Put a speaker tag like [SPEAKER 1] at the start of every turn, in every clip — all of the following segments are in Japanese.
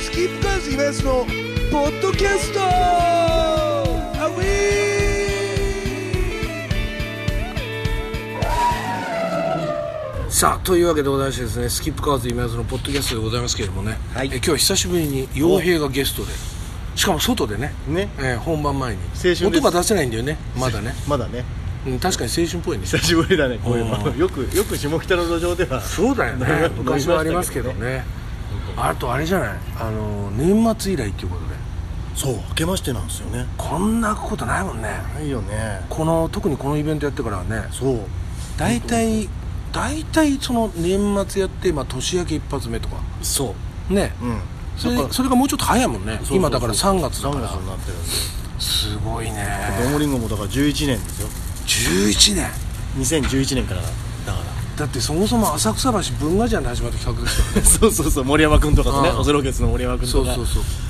[SPEAKER 1] スキップカーズイベントのポッドキャストアウィーさあというわけでございましてですねスキップカーズイベントのポッドキャストでございますけれどもね、
[SPEAKER 2] はい
[SPEAKER 1] え今日は久しぶりに傭兵がゲストでしかも外でね
[SPEAKER 2] ね
[SPEAKER 1] えー本番前に
[SPEAKER 2] 春です
[SPEAKER 1] 音が出せないんだよねまだね、
[SPEAKER 2] まだね
[SPEAKER 1] うん、確かに 青春っぽいね
[SPEAKER 2] 久しぶりだねこういう
[SPEAKER 1] う
[SPEAKER 2] の よくよく下北の路上では
[SPEAKER 1] そうだよね昔はありますけど
[SPEAKER 2] 飲み
[SPEAKER 1] ねあとあれじゃないあの年末以来っていうことで
[SPEAKER 2] そう明けましてなんですよね
[SPEAKER 1] こんなことないもんね
[SPEAKER 2] ないよね
[SPEAKER 1] この特にこのイベントやってからはね
[SPEAKER 2] そう
[SPEAKER 1] 大体大体その年末やって、まあ、年明け一発目とか
[SPEAKER 2] そ
[SPEAKER 1] ね
[SPEAKER 2] ううん
[SPEAKER 1] それ
[SPEAKER 2] なんか
[SPEAKER 1] それがもうちょっと早いもんね今だから3月だか
[SPEAKER 2] 3
[SPEAKER 1] ら
[SPEAKER 2] 月になってるんです
[SPEAKER 1] すごいね
[SPEAKER 2] ドモリンゴもだから11年ですよ
[SPEAKER 1] 11年
[SPEAKER 2] 2011年からだか
[SPEAKER 1] だってそもそも浅草橋文化ジャンで始まった企画ですよね
[SPEAKER 2] ら そうそうそう森山君とかとね
[SPEAKER 1] うん
[SPEAKER 2] オセロゲスの森山君
[SPEAKER 1] そ
[SPEAKER 2] と
[SPEAKER 1] う
[SPEAKER 2] か
[SPEAKER 1] そう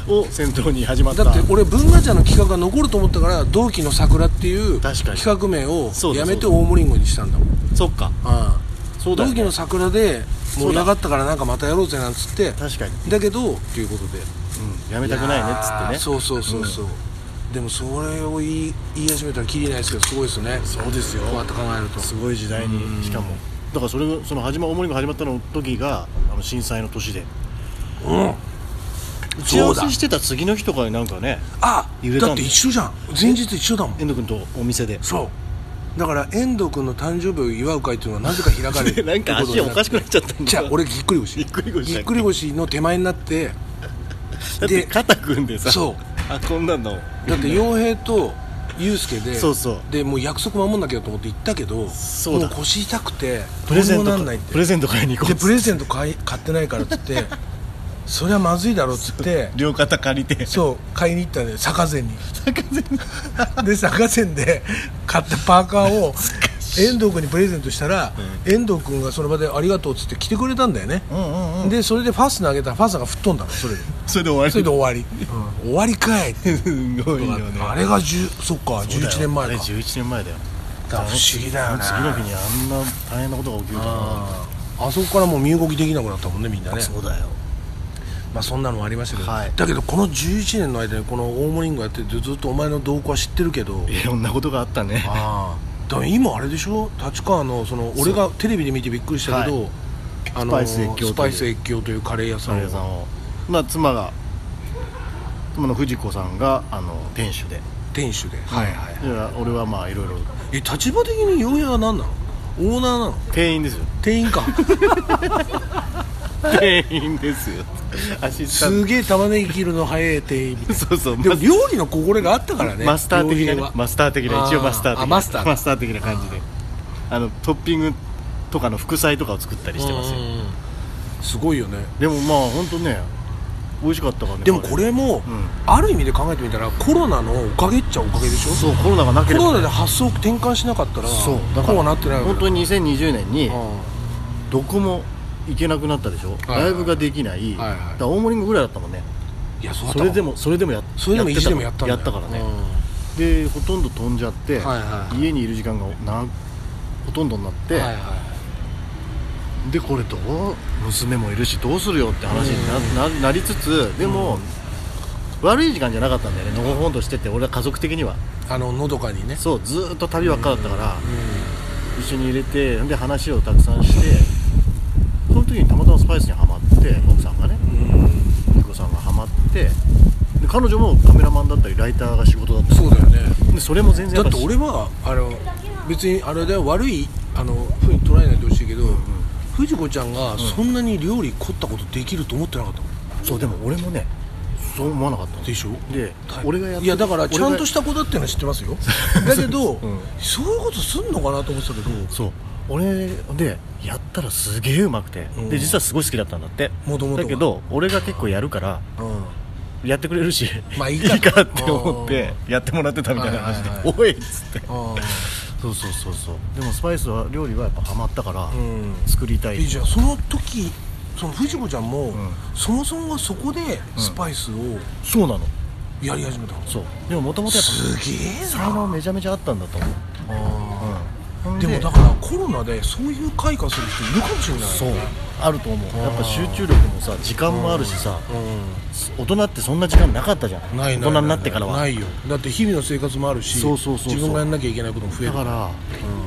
[SPEAKER 1] そう
[SPEAKER 2] を先頭に始まった
[SPEAKER 1] だって俺文化ジャンの企画が残ると思ったから同期の桜っていう
[SPEAKER 2] 確か
[SPEAKER 1] 企
[SPEAKER 2] に
[SPEAKER 1] 画名を
[SPEAKER 2] そうだ
[SPEAKER 1] やめて
[SPEAKER 2] そ
[SPEAKER 1] 大
[SPEAKER 2] うだ
[SPEAKER 1] 森りんごにしたんだもん
[SPEAKER 2] そっか
[SPEAKER 1] ああ
[SPEAKER 2] そうだよ
[SPEAKER 1] 同
[SPEAKER 2] ね
[SPEAKER 1] 期の桜で盛
[SPEAKER 2] そう
[SPEAKER 1] り
[SPEAKER 2] だ
[SPEAKER 1] 上がったからなんかまたやろうぜなんつって
[SPEAKER 2] 確かに
[SPEAKER 1] だけどっていうことで
[SPEAKER 2] うんやめたくないねっつって
[SPEAKER 1] いやー
[SPEAKER 2] ね
[SPEAKER 1] そうそうそうそう、でもそれを言い言い始めたらきりないですけどすごいですね
[SPEAKER 2] そうですよ
[SPEAKER 1] こうやって考えると
[SPEAKER 2] すごい時代にしかもだからそれがその始ま大森が始まったの時があの震災の年で
[SPEAKER 1] うん
[SPEAKER 2] 打ち合わ
[SPEAKER 1] そう
[SPEAKER 2] せ
[SPEAKER 1] だ
[SPEAKER 2] してた次の日とかになんかね
[SPEAKER 1] あ
[SPEAKER 2] 揺れたん
[SPEAKER 1] だ
[SPEAKER 2] だ
[SPEAKER 1] って一緒じゃん前日一緒だもん
[SPEAKER 2] 遠藤君とお店で
[SPEAKER 1] そうだから遠藤君の誕生日を祝う会っていうのはなぜか開かれる
[SPEAKER 2] なんか足おかしくなっちゃったんだ
[SPEAKER 1] じゃあ俺ぎっくり腰
[SPEAKER 2] ぎっくり腰だっけ
[SPEAKER 1] ぎっくり腰の手前になって
[SPEAKER 2] だって
[SPEAKER 1] で
[SPEAKER 2] 肩組んでさ
[SPEAKER 1] そう
[SPEAKER 2] あこんなの
[SPEAKER 1] だって洋平と祐介で
[SPEAKER 2] そうそう
[SPEAKER 1] でもう約束守んなきゃと思って行ったけど
[SPEAKER 2] そうだ
[SPEAKER 1] もう腰痛くて
[SPEAKER 2] プレゼン
[SPEAKER 1] どう
[SPEAKER 2] ト
[SPEAKER 1] にもなんないって
[SPEAKER 2] プレゼント買いに行こう
[SPEAKER 1] で
[SPEAKER 2] っ
[SPEAKER 1] プ
[SPEAKER 2] つっ
[SPEAKER 1] レ
[SPEAKER 2] て
[SPEAKER 1] ゼント買い買ってないからっつって そりゃまずいだろうっつって
[SPEAKER 2] 両肩借りて
[SPEAKER 1] そう買いに行ったんだよ坂膳にで坂膳で買ったパーカーを遠藤君にプレゼントしたら、遠藤君がその場でありがとうっつって来てくれたんだよね、
[SPEAKER 2] うんうんうん
[SPEAKER 1] でそれでファスナーあげたらファスナーが吹っ飛んだのそれで
[SPEAKER 2] それで終わり
[SPEAKER 1] それで終わり、終わりかいって
[SPEAKER 2] すごいよね
[SPEAKER 1] あれが10そっか11年前
[SPEAKER 2] あれ
[SPEAKER 1] か
[SPEAKER 2] 11年前だよ
[SPEAKER 1] だから不思議だよね
[SPEAKER 2] 次の日にあんな大変なことが起きるとは
[SPEAKER 1] ああそこからもう身動きできなくなったもんねみんなね
[SPEAKER 2] そうだよ
[SPEAKER 1] まあそんなのもありましたけど、
[SPEAKER 2] はい
[SPEAKER 1] だけどこの11年の間にこの大森リンゴやっててずっとお前の動向は知ってるけど
[SPEAKER 2] いろんなことがあったね
[SPEAKER 1] ああだから今あれでしょ立川のその俺がテレビで見てびっくりしたけど、
[SPEAKER 2] はい
[SPEAKER 1] あ
[SPEAKER 2] スパイス越境という
[SPEAKER 1] スパイス越境というカレー屋さ
[SPEAKER 2] カ
[SPEAKER 1] ん
[SPEAKER 2] レー屋さんをまあ妻が妻の藤子さんがあの店主で
[SPEAKER 1] 店主で、はいはい
[SPEAKER 2] で俺はまあいろいろ
[SPEAKER 1] え立場的に洋平は何なのオーナーなの
[SPEAKER 2] 店員です よ
[SPEAKER 1] 店員か
[SPEAKER 2] 店員ですよアシスタン
[SPEAKER 1] すげえ玉ねぎ切るの早い店員 みたい
[SPEAKER 2] トそうそう
[SPEAKER 1] なでも料理の心があったからね
[SPEAKER 2] マスター的な
[SPEAKER 1] 洋
[SPEAKER 2] ね
[SPEAKER 1] 平は
[SPEAKER 2] マスター的な一応マスター的
[SPEAKER 1] あ
[SPEAKER 2] な
[SPEAKER 1] マスター
[SPEAKER 2] マスター的な感じであのトッピングとかの副菜とかを作ったりしてますよ
[SPEAKER 1] うんうんうんすごいよね
[SPEAKER 2] でもまあ本当ね美味しかったからね
[SPEAKER 1] でもこれも、
[SPEAKER 2] ん
[SPEAKER 1] ある意味で考えてみたらコロナのおかげっちゃおかげでしょ
[SPEAKER 2] そうコロナがなけ
[SPEAKER 1] コ
[SPEAKER 2] れば
[SPEAKER 1] ロナで発想転換しなかったら
[SPEAKER 2] そうだ
[SPEAKER 1] コ
[SPEAKER 2] から
[SPEAKER 1] ロナなってないわけ
[SPEAKER 2] 本当に2020年に
[SPEAKER 1] う
[SPEAKER 2] どこも行けなくなったでしょ、
[SPEAKER 1] いはい
[SPEAKER 2] ライブができない、
[SPEAKER 1] はい
[SPEAKER 2] だ
[SPEAKER 1] はい
[SPEAKER 2] から大森もぐらいだったもんね
[SPEAKER 1] んいやそうだった
[SPEAKER 2] それでもそれでもや
[SPEAKER 1] それでも意地でもやったんだ
[SPEAKER 2] や
[SPEAKER 1] よ
[SPEAKER 2] ったからね、
[SPEAKER 1] う
[SPEAKER 2] でほとんど飛んじゃって、
[SPEAKER 1] はいはい
[SPEAKER 2] 家にいる時間がなほとんどになって、
[SPEAKER 1] んはいは
[SPEAKER 2] でこれどう娘もいるしどうするよって話にな,な、なりつつでも、悪い時間じゃなかったんだよねのほほんとしてて俺は家族的にはい
[SPEAKER 1] あののどかにね
[SPEAKER 2] そうずーっと旅ばっかだったから、一緒に入れてで話をたくさんしてその時にたまたまスパイスにはまって奥さんがね
[SPEAKER 1] うん
[SPEAKER 2] 美子さんがハマってで彼女もカメラマンだったりライターが仕事だった
[SPEAKER 1] そうだよね
[SPEAKER 2] りでそれも全然
[SPEAKER 1] だ
[SPEAKER 2] や
[SPEAKER 1] っ
[SPEAKER 2] ぱ
[SPEAKER 1] て俺はあの別にあれだよ悪いあのふうに捉えないでほしいけど、藤子ちゃんがそんなに料理凝ったことできると思ってなかったもん
[SPEAKER 2] そうでも俺もねそう思わなかったの
[SPEAKER 1] でしょ
[SPEAKER 2] で
[SPEAKER 1] はい
[SPEAKER 2] 俺がやって
[SPEAKER 1] いやだからちゃんと
[SPEAKER 2] し
[SPEAKER 1] した子だっていうのは知ってま すよだけど、
[SPEAKER 2] うん
[SPEAKER 1] そういうことすんのかなと思ってたけど
[SPEAKER 2] そう俺でやったらすげえうまくて、
[SPEAKER 1] うん
[SPEAKER 2] で実はすごい好きだったんだって
[SPEAKER 1] 元々が
[SPEAKER 2] だけど俺が結構やるから
[SPEAKER 1] うん
[SPEAKER 2] やってくれるし
[SPEAKER 1] まあいいか
[SPEAKER 2] って思ってやってもらってたみたいな話で
[SPEAKER 1] はい
[SPEAKER 2] 「
[SPEAKER 1] はい
[SPEAKER 2] おい!」っつって
[SPEAKER 1] あ
[SPEAKER 2] そうそうそうそうでもスパイスは料理はやっぱハマったから、
[SPEAKER 1] あうん
[SPEAKER 2] 作りたい
[SPEAKER 1] えじゃあその時その藤子ちゃんも、
[SPEAKER 2] ん
[SPEAKER 1] そもそもがそこでスパイスを
[SPEAKER 2] そうなの
[SPEAKER 1] やり始めたの、
[SPEAKER 2] そうでももともとやっぱ
[SPEAKER 1] すげえ
[SPEAKER 2] 才能めちゃめちゃあったんだと思う、
[SPEAKER 1] あ
[SPEAKER 2] ほん
[SPEAKER 1] で
[SPEAKER 2] で
[SPEAKER 1] もだからコロナでそういう開花する人いるかもしれない
[SPEAKER 2] そうあると思うやっぱ集中力もさ時間もあるしさ、大人ってそんな時間なかったじゃん
[SPEAKER 1] ないな
[SPEAKER 2] 大
[SPEAKER 1] い
[SPEAKER 2] 人になってからは
[SPEAKER 1] ないよだって日々の生活もあるし
[SPEAKER 2] そうそうそうそう
[SPEAKER 1] 自分がやんなきゃいけないことも増え
[SPEAKER 2] だ
[SPEAKER 1] る
[SPEAKER 2] か
[SPEAKER 1] はい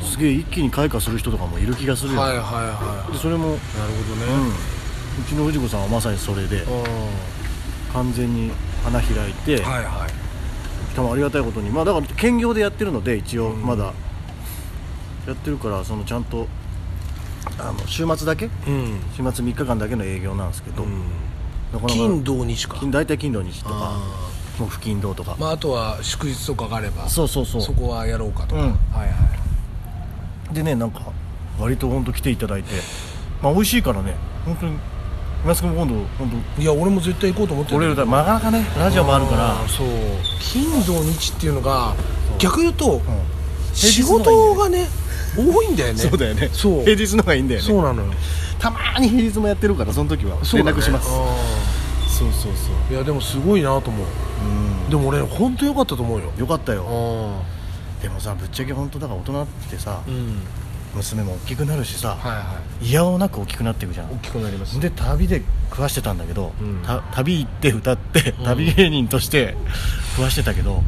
[SPEAKER 2] ら、すげえ一気に開花する人とかもいる気がするよ、
[SPEAKER 1] はいはい
[SPEAKER 2] でそれも、うん、う
[SPEAKER 1] なるほどね、
[SPEAKER 2] ちの藤子さんはまさにそれで完全に花開いて、
[SPEAKER 1] はいはい
[SPEAKER 2] しかもありがたいことにまあだから兼業でやってるので一応まだやってるからそのちゃんとあの週末だけ
[SPEAKER 1] うん
[SPEAKER 2] 週末3日間だけの営業なんですけど、なかなか
[SPEAKER 1] 金土日か
[SPEAKER 2] 金大体金土日とか
[SPEAKER 1] あ
[SPEAKER 2] もう不金土とか、
[SPEAKER 1] まああとは祝日とかがあれば
[SPEAKER 2] そうそうそう
[SPEAKER 1] そこはやろうかとか、
[SPEAKER 2] うん
[SPEAKER 1] はいはい
[SPEAKER 2] でねなんか割と本当来ていただいてまあ美味しいからね本当に今津君も今度本
[SPEAKER 1] いや俺も絶対行こうと思って
[SPEAKER 2] 当来れるだなかなかねラジオもあるから
[SPEAKER 1] ーそう金土日っていうのが逆言うと、仕
[SPEAKER 2] 平日の方
[SPEAKER 1] 事がね多いんだよね
[SPEAKER 2] そうだよね
[SPEAKER 1] そう
[SPEAKER 2] 平日の方がいいんだよ
[SPEAKER 1] そ
[SPEAKER 2] ね
[SPEAKER 1] うなのよ
[SPEAKER 2] たまーに平日もやってるからその時は
[SPEAKER 1] そう
[SPEAKER 2] 連
[SPEAKER 1] だね
[SPEAKER 2] 絡します
[SPEAKER 1] あ
[SPEAKER 2] そうそうそう
[SPEAKER 1] ーいやでもすごいなと思うでも俺本当良かったと思うよ
[SPEAKER 2] よかったよ
[SPEAKER 1] あ
[SPEAKER 2] でもさぶっちゃけ本当だから大人ってさ
[SPEAKER 1] あうん
[SPEAKER 2] 娘も大きくなるしさ
[SPEAKER 1] はいはい
[SPEAKER 2] 嫌をなく大きくなっていくじゃ
[SPEAKER 1] 大
[SPEAKER 2] ん
[SPEAKER 1] きくなります
[SPEAKER 2] で旅で食わしてたんだけど、
[SPEAKER 1] うん
[SPEAKER 2] た旅行って歌って
[SPEAKER 1] うん
[SPEAKER 2] 旅芸人として食わしてたけど、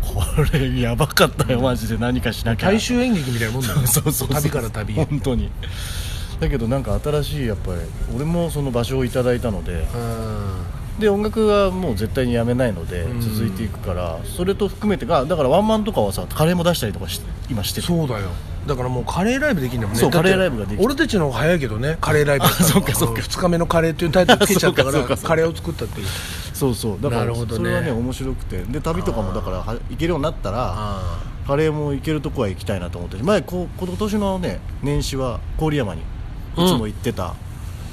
[SPEAKER 2] これやばかったよマジで何かしなきゃ
[SPEAKER 1] 大衆演劇みたいなもんだ よ
[SPEAKER 2] そうそうそう
[SPEAKER 1] 旅から旅へ
[SPEAKER 2] 本当にだけどなんか新しいやっぱり俺もその場所をいただいたので
[SPEAKER 1] うん
[SPEAKER 2] で音楽はもう絶対にやめないので
[SPEAKER 1] うん
[SPEAKER 2] 続いていくから、それと含めてがだからワンマンとかはさカレーも出したりとかし今してて
[SPEAKER 1] そうだよだからもうカレーライブできるんだもんね
[SPEAKER 2] そう
[SPEAKER 1] だって
[SPEAKER 2] カレーライブができる
[SPEAKER 1] 俺たちの方が早いけどねカレーライブだったの
[SPEAKER 2] あ そうかそうか
[SPEAKER 1] 2日目のカレーというタイトルつけちゃったか
[SPEAKER 2] そ
[SPEAKER 1] ら
[SPEAKER 2] うかそうかそうか
[SPEAKER 1] カレーを作ったっていう
[SPEAKER 2] そうそうだか
[SPEAKER 1] なる
[SPEAKER 2] ら
[SPEAKER 1] ほど
[SPEAKER 2] そ
[SPEAKER 1] ね
[SPEAKER 2] れはね面白くてで旅とかもだからは行けるようになったら
[SPEAKER 1] あ
[SPEAKER 2] カレーも行けるとこは行きたいなと思って前こう今年のね年始は郡山にい
[SPEAKER 1] うん
[SPEAKER 2] つも行ってた
[SPEAKER 1] あ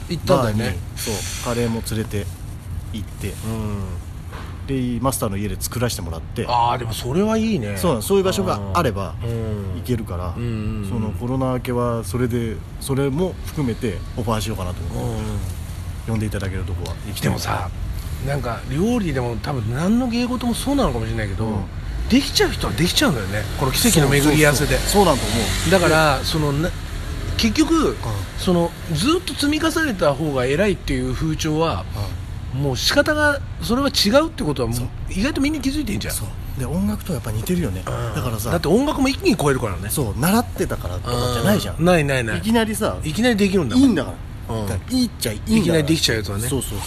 [SPEAKER 1] 行ったんだ
[SPEAKER 2] バー
[SPEAKER 1] よ
[SPEAKER 2] に、
[SPEAKER 1] ね
[SPEAKER 2] そうカレーも連れて行って
[SPEAKER 1] うん
[SPEAKER 2] でマスターの家で作らせてもらって
[SPEAKER 1] ああでもそれはいいね
[SPEAKER 2] そうなのそういう場所があれば
[SPEAKER 1] うん
[SPEAKER 2] 行けるから、
[SPEAKER 1] うんうんうん
[SPEAKER 2] そのコロナ明けはそれでそれも含めてオファーしようかなと思って、呼んでいただけるとこは行きた
[SPEAKER 1] で
[SPEAKER 2] い
[SPEAKER 1] もさなんか料理でも多分何の芸事もそうなのかもしれないけど、
[SPEAKER 2] うん
[SPEAKER 1] できちゃう人はできちゃうんだよねこの奇跡の巡り合わせで
[SPEAKER 2] そうそうそうそうなんと思う
[SPEAKER 1] だからそのな結局そのずっと積み重ねた方が偉いっていう風潮はもう仕方がそれは違うってことはもう意外とみんな気づいてんじゃん
[SPEAKER 2] そうで音楽とやっぱ似てるよね、
[SPEAKER 1] うん
[SPEAKER 2] だからさ
[SPEAKER 1] だって音楽も一気に超えるからね
[SPEAKER 2] そう習ってたからとかじゃないじゃん、
[SPEAKER 1] うないないないい
[SPEAKER 2] きなりさ
[SPEAKER 1] いきなりできるんだ
[SPEAKER 2] い
[SPEAKER 1] も
[SPEAKER 2] い
[SPEAKER 1] ん
[SPEAKER 2] んだから,、
[SPEAKER 1] うん
[SPEAKER 2] だからいいっちゃいいんだ
[SPEAKER 1] いきなりできちゃうやつはね
[SPEAKER 2] そうそうそ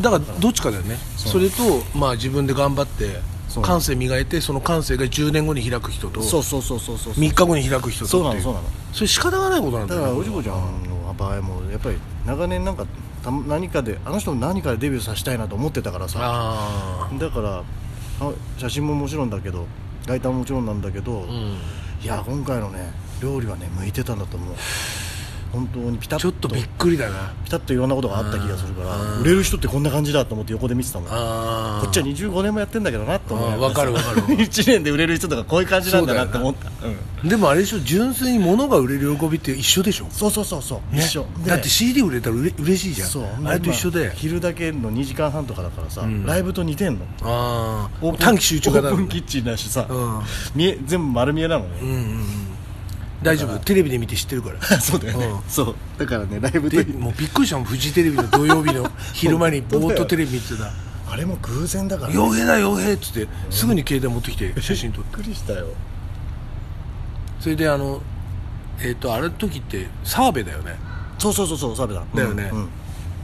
[SPEAKER 2] う、
[SPEAKER 1] だからどっちかだよねそれとまあ自分で頑張って
[SPEAKER 2] そう
[SPEAKER 1] 感性磨いてその感性が10年後に開く人と
[SPEAKER 2] そう
[SPEAKER 1] 3
[SPEAKER 2] そうそうそうそう
[SPEAKER 1] 日後に開く人
[SPEAKER 2] そう
[SPEAKER 1] と
[SPEAKER 2] な
[SPEAKER 1] ってい
[SPEAKER 2] の
[SPEAKER 1] う
[SPEAKER 2] そうなの
[SPEAKER 1] それ仕方がないことなんだ
[SPEAKER 2] だ
[SPEAKER 1] よ
[SPEAKER 2] から
[SPEAKER 1] ね
[SPEAKER 2] おじこちゃんの場合もやっぱり長年なんかた何かであの人も何かでデビューさせたいなと思ってたからさ
[SPEAKER 1] あ
[SPEAKER 2] だからあ写真ももちろんだけどライターももちろんなんだけど、
[SPEAKER 1] あうん
[SPEAKER 2] いや今回のね料理はね向いてたんだと思う本当にピタッ
[SPEAKER 1] ちょ
[SPEAKER 2] と
[SPEAKER 1] っとびっくりだな
[SPEAKER 2] ピタッといろんなことがあった気がするから
[SPEAKER 1] うん
[SPEAKER 2] 売れる人ってこんな感じだと思って横で見てたもんこ
[SPEAKER 1] ああ
[SPEAKER 2] っちは25年もやってんだけどなと思
[SPEAKER 1] あー
[SPEAKER 2] う
[SPEAKER 1] わかるわかる わかる
[SPEAKER 2] 1年で売れる人とかこういう感じなんだなって思ったそう,、
[SPEAKER 1] でもあれでしょ純粋に物が売れる喜びって一緒でしょ、
[SPEAKER 2] そうそうそうそう、
[SPEAKER 1] ね
[SPEAKER 2] 一緒で
[SPEAKER 1] だって CD 売れたらうれ嬉しいじゃん
[SPEAKER 2] そう
[SPEAKER 1] あれと一緒で
[SPEAKER 2] まあ昼だけの2時間半とかだからさ、
[SPEAKER 1] ん
[SPEAKER 2] ライブと似てんの
[SPEAKER 1] ああ
[SPEAKER 2] オープン
[SPEAKER 1] 短期集中型
[SPEAKER 2] オー
[SPEAKER 1] な
[SPEAKER 2] プ
[SPEAKER 1] ん
[SPEAKER 2] ン
[SPEAKER 1] だ
[SPEAKER 2] キッチンだしさ、
[SPEAKER 1] うん
[SPEAKER 2] 見え全部丸見えなのね、
[SPEAKER 1] 大丈夫テレビで見て知ってるから
[SPEAKER 2] そうだよね、そうだからねライブ
[SPEAKER 1] で
[SPEAKER 2] で
[SPEAKER 1] もうびっくりしたもんフジテレビの土曜日 の昼間にぼーっとテレビ見てた
[SPEAKER 2] あれも偶然だか
[SPEAKER 1] 「
[SPEAKER 2] らね
[SPEAKER 1] 傭兵だ傭兵」っつってすぐに携帯持ってきて写真撮って
[SPEAKER 2] びっくりしたよ
[SPEAKER 1] それであのえっ、とあれの時って澤部だよね
[SPEAKER 2] そうそうそうそう澤部だ
[SPEAKER 1] だよね
[SPEAKER 2] うんうん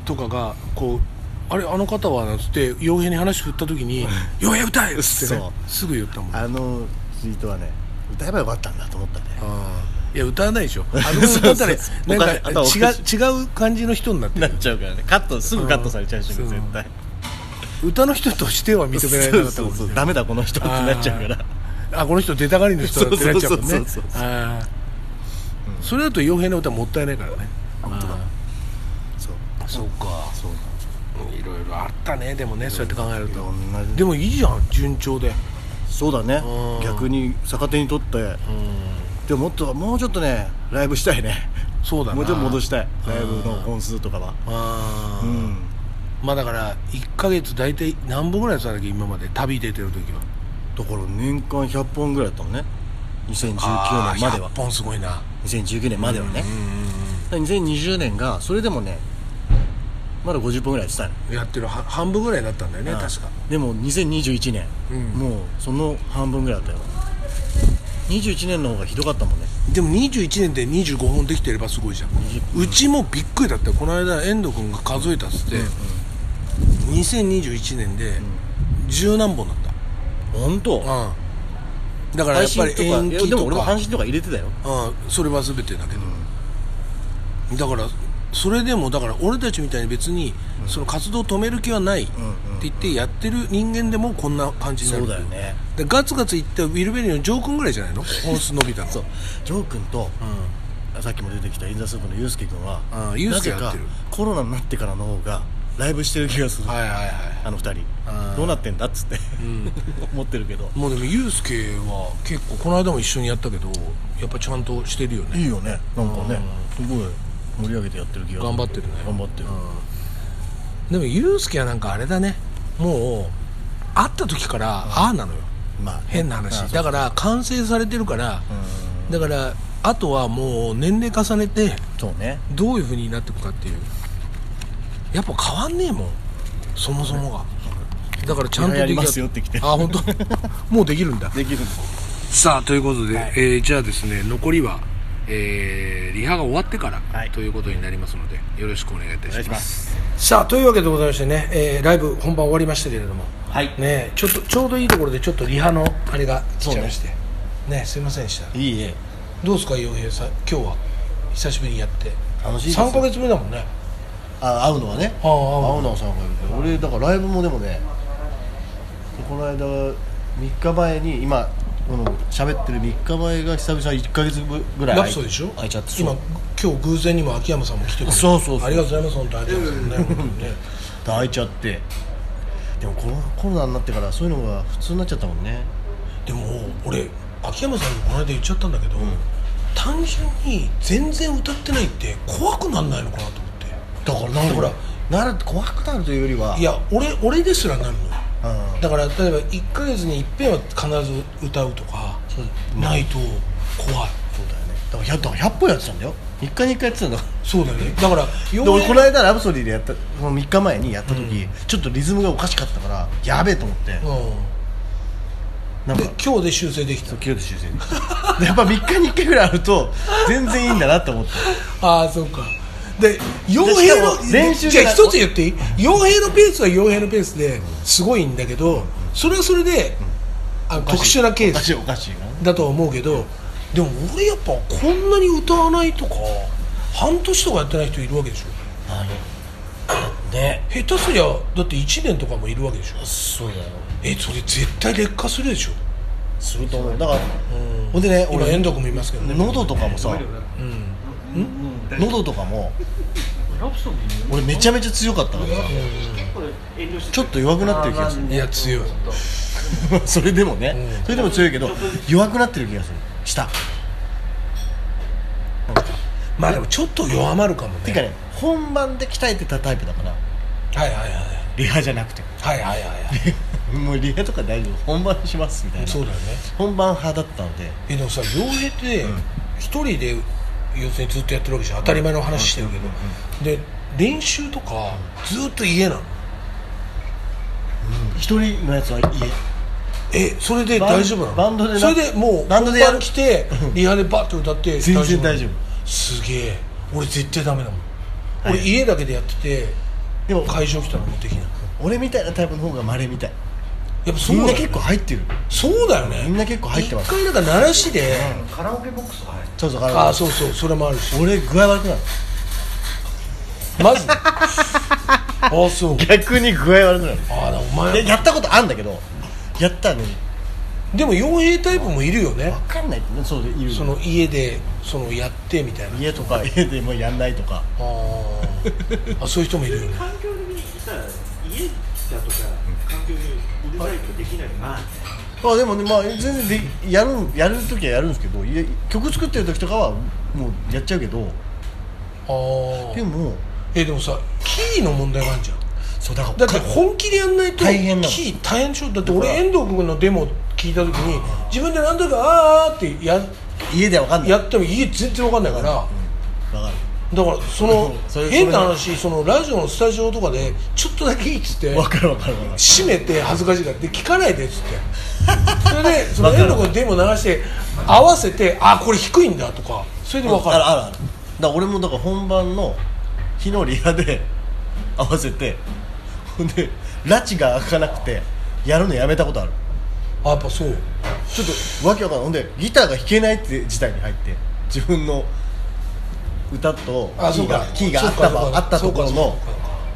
[SPEAKER 1] とかがこう「あれあの方は」なんつって傭兵に話振った時に「傭兵歌え!」っつって、ね
[SPEAKER 2] そ、
[SPEAKER 1] すぐ言ったもん
[SPEAKER 2] あのツイートはね歌えばよかったんだと思ったね
[SPEAKER 1] いや歌わないで しょあの歌ったら
[SPEAKER 2] そうそう
[SPEAKER 1] なん
[SPEAKER 2] お金頭お
[SPEAKER 1] か
[SPEAKER 2] かし
[SPEAKER 1] 違う違う感じの人になってる
[SPEAKER 2] っちゃうからねカットすぐカットされちゃうし
[SPEAKER 1] うんそう
[SPEAKER 2] 対
[SPEAKER 1] 歌の人としては認められなかった
[SPEAKER 2] そ
[SPEAKER 1] も
[SPEAKER 2] うそうんそう
[SPEAKER 1] ね
[SPEAKER 2] ダメだこの人ってなっちゃうから
[SPEAKER 1] あこの人出たがりの人だってなっちゃうもん
[SPEAKER 2] そ
[SPEAKER 1] ね
[SPEAKER 2] うそうそうそう
[SPEAKER 1] あーそれだと傭兵の歌もったいないからね
[SPEAKER 2] そう
[SPEAKER 1] そうか
[SPEAKER 2] そう
[SPEAKER 1] いろいろあったねでもねそうやって考える
[SPEAKER 2] い
[SPEAKER 1] と
[SPEAKER 2] ろんな
[SPEAKER 1] でもいいじゃん順調で
[SPEAKER 2] そうだね
[SPEAKER 1] うん
[SPEAKER 2] 逆に逆手にとってでももっともうちょっとねライブしたいね
[SPEAKER 1] そうだな
[SPEAKER 2] もうちょっと戻したい
[SPEAKER 1] うん
[SPEAKER 2] ライブの本数とかは
[SPEAKER 1] あ
[SPEAKER 2] う
[SPEAKER 1] ー
[SPEAKER 2] ん
[SPEAKER 1] まあだから1か月大体何本ぐらいやってたんだっけ今まで旅出てる時は
[SPEAKER 2] だから年間100本ぐらいだったのね2019年
[SPEAKER 1] あー
[SPEAKER 2] までは
[SPEAKER 1] 100本すごいな
[SPEAKER 2] 2019年まではねだ
[SPEAKER 1] うん
[SPEAKER 2] から2020年がそれでもねまだ50本ぐらいやってたの
[SPEAKER 1] うんやってるは半分ぐらいだったんだよね
[SPEAKER 2] うん
[SPEAKER 1] 確か
[SPEAKER 2] でも2021年、
[SPEAKER 1] うん
[SPEAKER 2] もうその半分ぐらいだったよ21年の方がひどかったもんね
[SPEAKER 1] でも21年で25本できてればすごいじゃん
[SPEAKER 2] 20
[SPEAKER 1] うちもびっくりだったよこの間遠藤君が数えたっつって、2021年で十何本だっ
[SPEAKER 2] 本当
[SPEAKER 1] た、うん、だからやっぱり延
[SPEAKER 2] いや
[SPEAKER 1] 期
[SPEAKER 2] でも
[SPEAKER 1] と
[SPEAKER 2] 俺も
[SPEAKER 1] か
[SPEAKER 2] 阪神とか入れてたよ
[SPEAKER 1] うん、それは全てだけど、だからそれでもだから俺たちみたいに別にその活動を止める気はないって言ってやってる人間でもこんな感じにな
[SPEAKER 2] そ
[SPEAKER 1] る
[SPEAKER 2] うだよね
[SPEAKER 1] でガツガツいったウィルベリーのジョー君ぐらいじゃ ないの本数伸びたの
[SPEAKER 2] そうジョー君と、さっきも出てきたインザスープのユースケ君は
[SPEAKER 1] あーユースケやってる
[SPEAKER 2] なぜかコロナになってからの方がライブしてる気がする、
[SPEAKER 1] はいはいは
[SPEAKER 2] あの二人
[SPEAKER 1] あー
[SPEAKER 2] どうなってんだっつって、 思ってるけど
[SPEAKER 1] いもうでもユースケは結構この間も一緒にやったけどやっぱちゃんとしてるよね
[SPEAKER 2] いいよねなんかねすごい盛り上げてやってる気がする
[SPEAKER 1] 頑張ってるね
[SPEAKER 2] 頑張ってる、
[SPEAKER 1] でもユースケはなんかあれだねもう会った時からああなのよ、
[SPEAKER 2] まあ
[SPEAKER 1] 変な話
[SPEAKER 2] あそう
[SPEAKER 1] だから完成されてるからだからあとはもう年齢重ねて
[SPEAKER 2] そうね
[SPEAKER 1] どういう風になっていくかっていうやっぱ変わんねえもんそもそもがだからちゃんと
[SPEAKER 2] やり
[SPEAKER 1] きた
[SPEAKER 2] ますよって来て
[SPEAKER 1] あ本当 もうできるんだ
[SPEAKER 2] できる
[SPEAKER 1] さあということで、
[SPEAKER 2] はい
[SPEAKER 1] えーじゃあですね残りは、えーリハが終わってから、
[SPEAKER 2] はい
[SPEAKER 1] ということになりますのでよろしくお願いいた
[SPEAKER 2] お願いします
[SPEAKER 1] さあというわけでございましてね、えーライブ本番終わりましたけれども
[SPEAKER 2] はい
[SPEAKER 1] ねちょっとちょうどいいところでちょっとリハのあれが来ちゃいましてねすいませんでした
[SPEAKER 2] いいえ
[SPEAKER 1] どうですか洋平さん今日は久しぶりにやって
[SPEAKER 2] 楽しいです
[SPEAKER 1] 3ヶ月目だもんね
[SPEAKER 2] あ会うのはね
[SPEAKER 1] ああ
[SPEAKER 2] 会うのは3回目俺だからライブもでもねこの間3日前に今この喋ってる3日前が久々1か月ぐらい
[SPEAKER 1] ラプソディでしょ
[SPEAKER 2] 空いちゃって
[SPEAKER 1] 今
[SPEAKER 2] そう
[SPEAKER 1] 今日偶然にも秋山さんも来てくれて
[SPEAKER 2] そうそうそう
[SPEAKER 1] ありがとうございます本当に秋山さんね本当 にね
[SPEAKER 2] 空いちゃってでもコロコロナになってからそういうのが普通になっちゃったもんね
[SPEAKER 1] でも俺秋山さんにこの間言っちゃったんだけど、単純に全然歌ってないって怖くなんないのかなと思って
[SPEAKER 2] だからなんかほらなる怖くなるというよりはい
[SPEAKER 1] や俺俺ですらなるのよ
[SPEAKER 2] うん
[SPEAKER 1] だから例えば1ヶ月に一遍は必ず歌うとか
[SPEAKER 2] そう
[SPEAKER 1] ないと怖い
[SPEAKER 2] そうだよねだから100だから100本やってたんだよ3日に1回やってたんだから
[SPEAKER 1] そうだよねだからよう
[SPEAKER 2] で俺この
[SPEAKER 1] や
[SPEAKER 2] 間ラブソディでやったその3日前にやった時、ちょっとリズムがおかしかったからやべえと思って、
[SPEAKER 1] う
[SPEAKER 2] なん
[SPEAKER 1] ん
[SPEAKER 2] か
[SPEAKER 1] で今日で修正できた
[SPEAKER 2] そう切れて修正で やっぱ3日に1回ぐらいあると全然いいんだなと思って
[SPEAKER 1] ああそうかで傭兵
[SPEAKER 2] しか
[SPEAKER 1] の
[SPEAKER 2] も練習
[SPEAKER 1] じゃあ
[SPEAKER 2] が
[SPEAKER 1] 一つ言っていい傭兵のペースは傭兵のペースですごいんだけどそれはそれで、あの特殊なケー
[SPEAKER 2] おかしい
[SPEAKER 1] ス
[SPEAKER 2] おかしいな
[SPEAKER 1] だとは思うけどでも俺やっぱこんなに歌わないとか半年とかやってない人いるわけでしょ
[SPEAKER 2] あのね
[SPEAKER 1] 下手すりゃだって1年とかもいるわけでしょ
[SPEAKER 2] そうだよ
[SPEAKER 1] えそれ絶対劣化するでしょ
[SPEAKER 2] すると思うだから、ほんでね
[SPEAKER 1] 今
[SPEAKER 2] 俺
[SPEAKER 1] 遠藤君もいますけどね
[SPEAKER 2] 喉とかもさ、喉とかも俺めちゃめちゃ強かったからさちょっと弱くなってる気がする
[SPEAKER 1] いや強い
[SPEAKER 2] それでもね、それでも強いけど弱くなってる気がするした
[SPEAKER 1] まあでもちょっと弱まるかもね
[SPEAKER 2] てかね本番で鍛えてたタイプだから
[SPEAKER 1] はいはいはい
[SPEAKER 2] リハじゃなくて
[SPEAKER 1] はいはいはいは い
[SPEAKER 2] もうリハとか大丈夫本番しますみたいな
[SPEAKER 1] そうだよね
[SPEAKER 2] 本番派だったので
[SPEAKER 1] えでもさ両平って一人で要するにずっとやってるわけじゃん当たり前の話してるけど、で練習とかずっと家なの
[SPEAKER 2] 一人のやつは家
[SPEAKER 1] えそれで
[SPEAKER 2] バン
[SPEAKER 1] 大丈夫なの
[SPEAKER 2] バンドでな
[SPEAKER 1] それでもう
[SPEAKER 2] バ
[SPEAKER 1] 本
[SPEAKER 2] ンドでやる
[SPEAKER 1] 番来てリハでバッと歌って
[SPEAKER 2] 全然大丈夫
[SPEAKER 1] すげえ俺絶対ダメだもん俺家だけでやってて
[SPEAKER 2] でも
[SPEAKER 1] 会場来たらもうできない
[SPEAKER 2] 俺みたいなタイプの方が稀みたい
[SPEAKER 1] やっぱそう
[SPEAKER 2] みん
[SPEAKER 1] だ
[SPEAKER 2] な
[SPEAKER 1] よね
[SPEAKER 2] 結構入ってる
[SPEAKER 1] そうだよね
[SPEAKER 2] みんな結構入ってます
[SPEAKER 1] 一回なんか鳴らしで、
[SPEAKER 3] カラオケボックスが入って
[SPEAKER 2] そうそうだから
[SPEAKER 1] ああそうそうそれもあるし
[SPEAKER 2] 俺具合悪くなる
[SPEAKER 1] マジでああそう
[SPEAKER 2] 逆に具合悪くなる
[SPEAKER 1] ああだお
[SPEAKER 2] で
[SPEAKER 1] 前
[SPEAKER 2] やったことあんだけどやったのに
[SPEAKER 1] でも傭兵タイプもいるよね
[SPEAKER 2] 分かんないってねそうでいる
[SPEAKER 1] その家でそのやってみたいな
[SPEAKER 2] 家とか家でもうやんないとか
[SPEAKER 1] あーあそういう人もいるよね
[SPEAKER 3] 環境にさ家だとさ環境にうるさいとできないまあ
[SPEAKER 2] あでもねまあ全然でやるやる時はやるんですけど家曲作ってる時とかはもうやっちゃうけど
[SPEAKER 1] ああ
[SPEAKER 2] でも
[SPEAKER 1] えでもさキーの問題があるじゃん
[SPEAKER 2] そうだから
[SPEAKER 1] だって本気でやんないと
[SPEAKER 2] 大変なの
[SPEAKER 1] キー大変でしょだって
[SPEAKER 2] だ
[SPEAKER 1] 俺
[SPEAKER 2] から
[SPEAKER 1] 遠藤君のデモ聞いた時に自分で何とかあーあーってや
[SPEAKER 2] 家では分かんない
[SPEAKER 1] やっても家全然わかんないから
[SPEAKER 2] 分かる
[SPEAKER 1] だからその
[SPEAKER 2] それそれ
[SPEAKER 1] 変な話そのラジオのスタジオとかでちょっとだけいいっつって
[SPEAKER 2] 分かる分かる分かる
[SPEAKER 1] 閉めて恥ずかしいからで聞かないでっつって それでその
[SPEAKER 2] わかる
[SPEAKER 1] 遠藤君のデモ流して合わせてあこれ低いんだとかそれで分か
[SPEAKER 2] あ
[SPEAKER 1] る
[SPEAKER 2] るあるあるだから俺もだから本番の日のリハで合わせてほんで拉致が開かなくてやるのやめたことある
[SPEAKER 1] あやっぱそう
[SPEAKER 2] ちょっとわけわかんないほんでギターが弾けないって事態に入って自分の歌と
[SPEAKER 1] あ
[SPEAKER 2] キ
[SPEAKER 1] そう
[SPEAKER 2] ー
[SPEAKER 1] か
[SPEAKER 2] がキーがあった
[SPEAKER 1] そう
[SPEAKER 2] ば
[SPEAKER 1] か
[SPEAKER 2] あったところ
[SPEAKER 1] そう
[SPEAKER 2] の
[SPEAKER 1] かそうか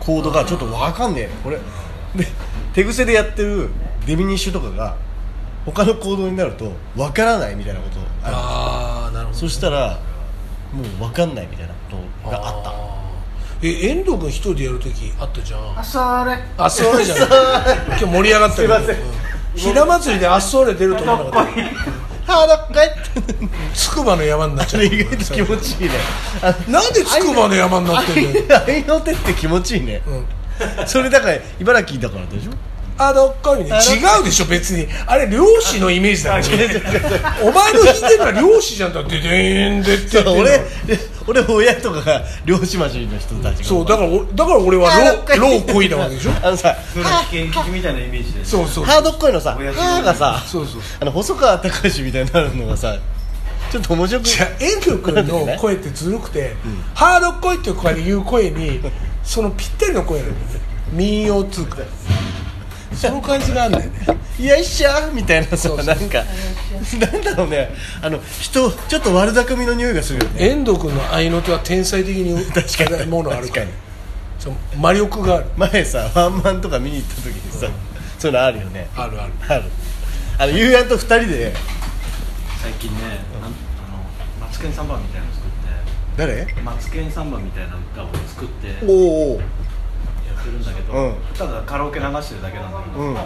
[SPEAKER 2] コードがちょっとわかんねえこれで手癖でやってるデミニッシュとかが他のコードになるとわからないみたいなことある
[SPEAKER 1] ああなるほど
[SPEAKER 2] そしたらもう分かんないみたいなことがあった
[SPEAKER 1] え遠藤君一人でやるときあったじゃん
[SPEAKER 2] それ
[SPEAKER 1] あっそれじゃない今日盛り上がったけど
[SPEAKER 2] すいません
[SPEAKER 1] うんひな祭りであっそれ出ると思わなかった
[SPEAKER 2] ハードかいって
[SPEAKER 1] つくばの山になっち
[SPEAKER 2] あ
[SPEAKER 1] ゃっ
[SPEAKER 2] れ
[SPEAKER 1] た
[SPEAKER 2] 意外と気持 ちいいねあの
[SPEAKER 1] なんでつくばの山になってんだよ
[SPEAKER 2] あいの手って気持ちいいね、それだから茨城だからでしょ
[SPEAKER 1] あどっこいみたいな違うでしょ別にあれ漁師のイメージだよお前の弾いてるのは漁師じゃんだってででんでって
[SPEAKER 2] だから俺俺親とかが漁師町の人たちが
[SPEAKER 1] そうだから俺だから俺はローローこいだわけでしょ
[SPEAKER 2] あのさ
[SPEAKER 3] それが危険聞きみたいなイメージで
[SPEAKER 1] そうそう
[SPEAKER 2] ハードっこいのさ「
[SPEAKER 3] 親父の
[SPEAKER 2] ハー」がさ
[SPEAKER 1] そうそう
[SPEAKER 2] あの細川隆史みたいになるのがさちょっと面白く
[SPEAKER 1] じゃあ遠藤 君の声ってずるくて、ハードっこいっていう声で言う声にそのぴったりの声なんだよね民謡っつうかその感じがあんだよね
[SPEAKER 2] よいしょみたいなさなんかなんだろうねあの人ちょっと悪巧みの匂いがするよね
[SPEAKER 1] 遠藤君の合いの手は天才的に
[SPEAKER 2] 確かに
[SPEAKER 1] ものある
[SPEAKER 2] 確
[SPEAKER 1] から
[SPEAKER 2] かに
[SPEAKER 1] その魔力がある
[SPEAKER 2] 前さワンマンとか見に行った時にさ、そういうのあるよね
[SPEAKER 1] あるある
[SPEAKER 2] あるあのゆうやんと二人で
[SPEAKER 3] 最近ねなんあのマツケンサンバみたいなの作っ
[SPEAKER 2] 誰
[SPEAKER 3] てマツケンサンバみたいな歌を作ってや
[SPEAKER 2] おお
[SPEAKER 3] ってるんだけど、
[SPEAKER 2] うん
[SPEAKER 3] ただカラオケ流してるだけなんだけど、
[SPEAKER 2] うん
[SPEAKER 3] そ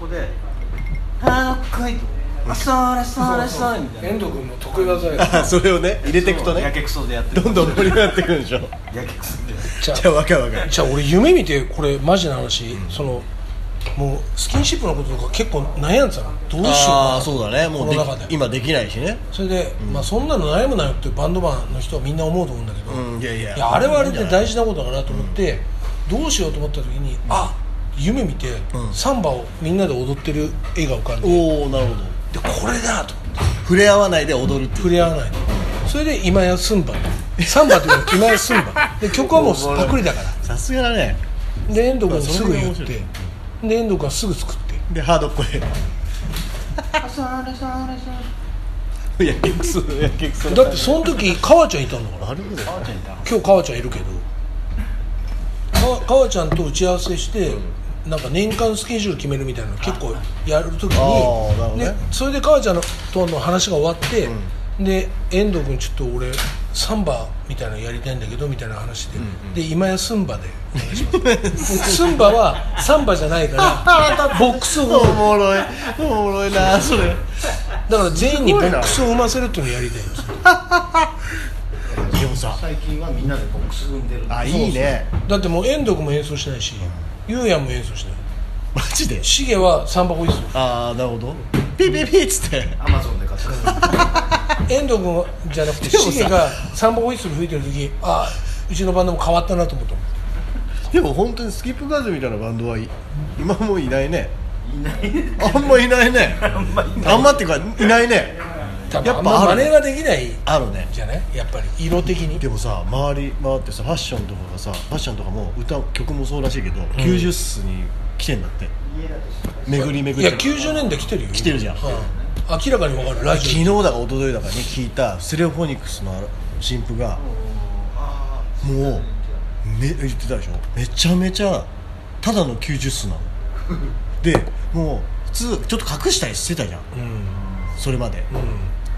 [SPEAKER 3] こで「あーかい」と「あそれそれそれ」みたいな
[SPEAKER 1] 遠藤君の得意技や
[SPEAKER 2] あそれをね入れていくと
[SPEAKER 3] や
[SPEAKER 2] ね
[SPEAKER 3] けくそでやってる
[SPEAKER 2] どんどん盛り上がってくるんでしょ
[SPEAKER 3] やけくそで
[SPEAKER 1] じゃ
[SPEAKER 2] じゃあわかるわか
[SPEAKER 1] あ
[SPEAKER 2] る
[SPEAKER 1] じゃあ俺夢見てこれマジな話、そのもうスキンシップのこととか結構悩んでたのどうしよう
[SPEAKER 2] あ
[SPEAKER 1] か
[SPEAKER 2] あそうだねもう
[SPEAKER 1] こ
[SPEAKER 2] で
[SPEAKER 1] の中で
[SPEAKER 2] き今できないしね
[SPEAKER 1] それで、まあ、そんなの悩むなよってバンドマンの人はみんな思うと思うんだけど、
[SPEAKER 2] うんいやいや
[SPEAKER 1] いやあれはあれで大事なことだなと思って、どうしようと思った時に、あ夢見て、サンバをみんなで踊ってる絵が浮かんでで
[SPEAKER 2] おおなるほど
[SPEAKER 1] これだと思って
[SPEAKER 2] 触れ合わないで踊るっていう
[SPEAKER 1] 触れ合わないでそれで今やスンバサンバっていうのは今やスンバで曲はもうパクリだか
[SPEAKER 2] さすがだね
[SPEAKER 1] らで遠藤君にすぐ言っ
[SPEAKER 2] それが面
[SPEAKER 1] てで遠藤君はすぐ作って
[SPEAKER 2] でハードっこい やけくそやけくそ
[SPEAKER 1] だってその時川ちゃんいたんだから
[SPEAKER 2] なるほど
[SPEAKER 1] 今日川ちゃんいるけど川川ちゃんと打ち合わせして、なんか年間スケジュール決めるみたいなの結構やるとき
[SPEAKER 2] あーなるほど
[SPEAKER 1] に、
[SPEAKER 2] ね
[SPEAKER 1] でそれで川ちゃんのとの話が終わって、で遠藤君ちょっと俺サンバみたいなのやりたいんだけどみたいな話で、で今やスンバでお願いします スンバはサンバじゃないからボックスを
[SPEAKER 2] おもろいおもろいなそれ
[SPEAKER 1] だから全員にボックスを踏ませるっていうのをやりたいんですよ
[SPEAKER 2] でもさ
[SPEAKER 4] 最近はみんなでボックス踏んでる
[SPEAKER 2] あいいね
[SPEAKER 1] だってもう遠藤君も演奏しないしゆうやんも演奏しない
[SPEAKER 2] マジで
[SPEAKER 1] シゲはサンバホイッスル
[SPEAKER 2] ああなるほどピピピっつって
[SPEAKER 4] アマゾンで買った
[SPEAKER 1] 遠藤君じゃなくて
[SPEAKER 2] でもさ
[SPEAKER 1] シゲがサンバホイッスル吹いてる時ああうちのバンドも変わったなと思ったもん
[SPEAKER 2] でも本当にスキップガーズみたいなバンドはい今もういないねいないあんまいないねあんまっていうかいないね
[SPEAKER 1] 多分
[SPEAKER 2] やっぱ
[SPEAKER 1] あんま
[SPEAKER 2] ある
[SPEAKER 1] 真似ができない
[SPEAKER 2] あるね
[SPEAKER 1] じゃないやっぱり色的に
[SPEAKER 2] でもさ周り回ってさファッションとかがさファッションとかも歌曲もそうらしいけど、90室に来てんだって巡り巡り
[SPEAKER 1] いや90年代来てるよ来
[SPEAKER 2] てるじゃん
[SPEAKER 1] 明らかに分かるラ
[SPEAKER 2] 昨
[SPEAKER 1] ジ
[SPEAKER 2] 日だか一昨日だかに聞いたステレオフォニックスの新譜がもうめ言ってたでしょめちゃめちゃただの90数なのでもう普通ちょっと隠したりしてたじゃん、
[SPEAKER 1] オうん
[SPEAKER 2] それまで、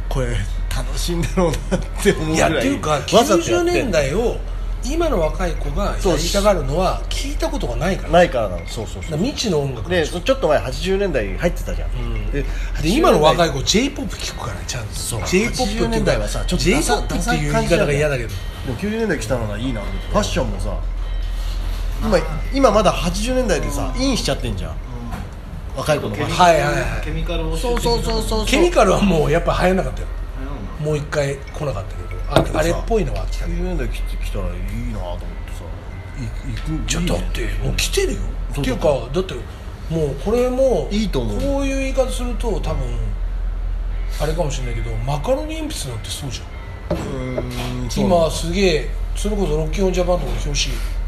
[SPEAKER 2] これ楽しいんだろうなって思う
[SPEAKER 1] い
[SPEAKER 2] ぐ
[SPEAKER 1] や
[SPEAKER 2] ら
[SPEAKER 1] っ
[SPEAKER 2] い
[SPEAKER 1] ていうか
[SPEAKER 2] わざとや
[SPEAKER 1] 90
[SPEAKER 2] って
[SPEAKER 1] 年代を今の若い子がやりたがるのは聞いたことがないからだか
[SPEAKER 2] ないからなのそうそうそ
[SPEAKER 1] ら
[SPEAKER 2] う
[SPEAKER 1] 未知の音楽で
[SPEAKER 2] でそちょっと前80年代入ってたじゃん、で
[SPEAKER 1] 今の若い
[SPEAKER 2] い
[SPEAKER 1] 子 j p o p 聞くからちゃんと
[SPEAKER 2] そう
[SPEAKER 1] j p o p って
[SPEAKER 2] 80年代はさちょっと
[SPEAKER 1] j p
[SPEAKER 2] ダ
[SPEAKER 1] o
[SPEAKER 2] サ
[SPEAKER 1] p っていう言い方が嫌だけど
[SPEAKER 2] でも90年代来たのがいいなと思ってファッションもさ今今まだ80年代でさインしちゃってんじゃん、若い子の
[SPEAKER 4] ケミ
[SPEAKER 2] 話
[SPEAKER 4] カル
[SPEAKER 1] はいはいはい
[SPEAKER 4] ケミカルを
[SPEAKER 2] そうそうそうそう
[SPEAKER 1] ケミカルはもうやっぱ流行んなかったよ
[SPEAKER 4] う
[SPEAKER 1] もう一回来なかったけどああれっぽいのは来たけど
[SPEAKER 2] 夢で来て来たらいいなと思ってさい行く
[SPEAKER 1] じゃあ
[SPEAKER 2] いい
[SPEAKER 1] だ
[SPEAKER 2] ね
[SPEAKER 1] ってもう来てるよって
[SPEAKER 2] そう
[SPEAKER 1] い
[SPEAKER 2] そう
[SPEAKER 1] うかだってもうこれも
[SPEAKER 2] いいと思う
[SPEAKER 1] こういう言い方すると多分あれかもしれないけどマカロニ鉛筆なんてそうじゃん
[SPEAKER 2] うーんそう
[SPEAKER 1] 今すげえそれこそロッキンオンジャパンとかの表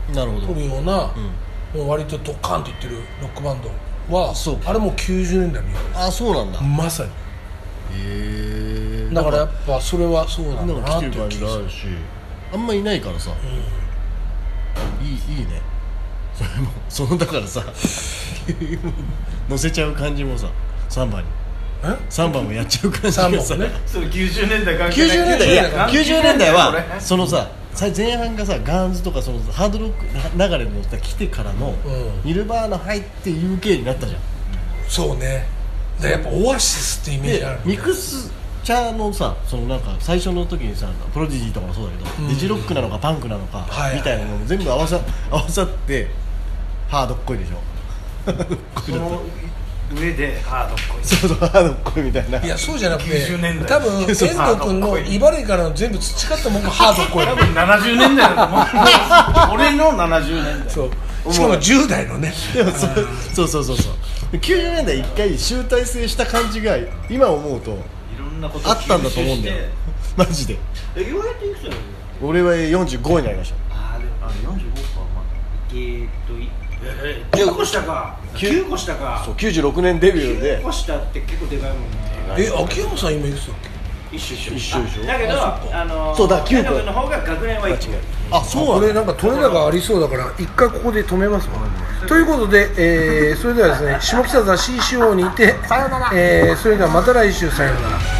[SPEAKER 1] 紙
[SPEAKER 2] なるほど
[SPEAKER 1] 取るような、もう割とドカンっていってるロックバンドは
[SPEAKER 2] そう
[SPEAKER 1] あれもう90年代のよ
[SPEAKER 2] あそうなんだへ
[SPEAKER 1] まさに
[SPEAKER 2] え
[SPEAKER 1] だからやっぱそれはそう
[SPEAKER 2] な
[SPEAKER 1] なんん
[SPEAKER 2] かな
[SPEAKER 1] だ
[SPEAKER 2] ん
[SPEAKER 1] な
[SPEAKER 2] か
[SPEAKER 1] っ
[SPEAKER 2] 来て
[SPEAKER 1] て
[SPEAKER 2] る感
[SPEAKER 1] いう気
[SPEAKER 2] じ
[SPEAKER 1] が
[SPEAKER 2] が
[SPEAKER 1] す
[SPEAKER 2] あ
[SPEAKER 1] る
[SPEAKER 2] るしあんまいないからさいいいいねそれもそのだからさ 乗せちゃう感じもさ3番に
[SPEAKER 1] え
[SPEAKER 2] 3番もやっちゃう感じ
[SPEAKER 1] 3
[SPEAKER 2] がさ
[SPEAKER 1] 本ね
[SPEAKER 4] ん それ90年代関係
[SPEAKER 2] 90
[SPEAKER 4] ない
[SPEAKER 2] 年代いや
[SPEAKER 4] 関係
[SPEAKER 2] 90
[SPEAKER 4] ない
[SPEAKER 2] 年代
[SPEAKER 4] これ
[SPEAKER 2] はそのささ前半がさガーンズとかそのハードロックな流れの来てからの、
[SPEAKER 1] ん
[SPEAKER 2] ニルバーナ入って UK になったじゃん
[SPEAKER 1] そうねだからやっぱオアシスってイメー
[SPEAKER 2] で
[SPEAKER 1] ジある
[SPEAKER 2] ミクスチャーのさそのなんか最初の時にさプロディジーとかもそうだけど、
[SPEAKER 1] うん
[SPEAKER 2] デジロックなのかパンクなのか、
[SPEAKER 1] はい
[SPEAKER 2] みたいなのも全部合わさ 合わさってハードっこいでしょ
[SPEAKER 4] その上でハードっこい
[SPEAKER 2] そうそうハードっこいみたいない
[SPEAKER 1] やそうじゃなくて
[SPEAKER 4] 90年代
[SPEAKER 1] 多分遠
[SPEAKER 2] そう
[SPEAKER 1] 藤君の茨城からの全部培ったもんがハードっこい
[SPEAKER 4] 多分70年代だ と思う俺の70年代
[SPEAKER 1] そうしかも10代のね
[SPEAKER 2] でもそうそうそうそうそう90年代一回集大成した感じが今思うと
[SPEAKER 4] いろんなこと
[SPEAKER 2] あったんだと思うんだよ マジで
[SPEAKER 3] え言われていくつなの
[SPEAKER 2] 俺は45になりました
[SPEAKER 3] あーでもあ45個はまあいけといええ9個下か
[SPEAKER 2] 九
[SPEAKER 3] 9個下か
[SPEAKER 2] そう96年デビュー
[SPEAKER 3] 9
[SPEAKER 2] で
[SPEAKER 3] 個下って結構でかいもんね
[SPEAKER 1] え秋山さん今いくつだっ
[SPEAKER 3] 一緒一緒
[SPEAKER 2] 一緒一緒
[SPEAKER 3] だけど
[SPEAKER 1] あそっか
[SPEAKER 3] あのー
[SPEAKER 2] そうだ九個
[SPEAKER 3] 大学の方が学年は一個
[SPEAKER 2] あ
[SPEAKER 1] け
[SPEAKER 2] そう
[SPEAKER 1] こ
[SPEAKER 2] な
[SPEAKER 1] れ
[SPEAKER 2] んだ
[SPEAKER 1] なんか取れ高ありそうだから一回ここで止めますもんということで、えーそれではですね下北沢 C 四方にいて、えーそれではまた来週さようなら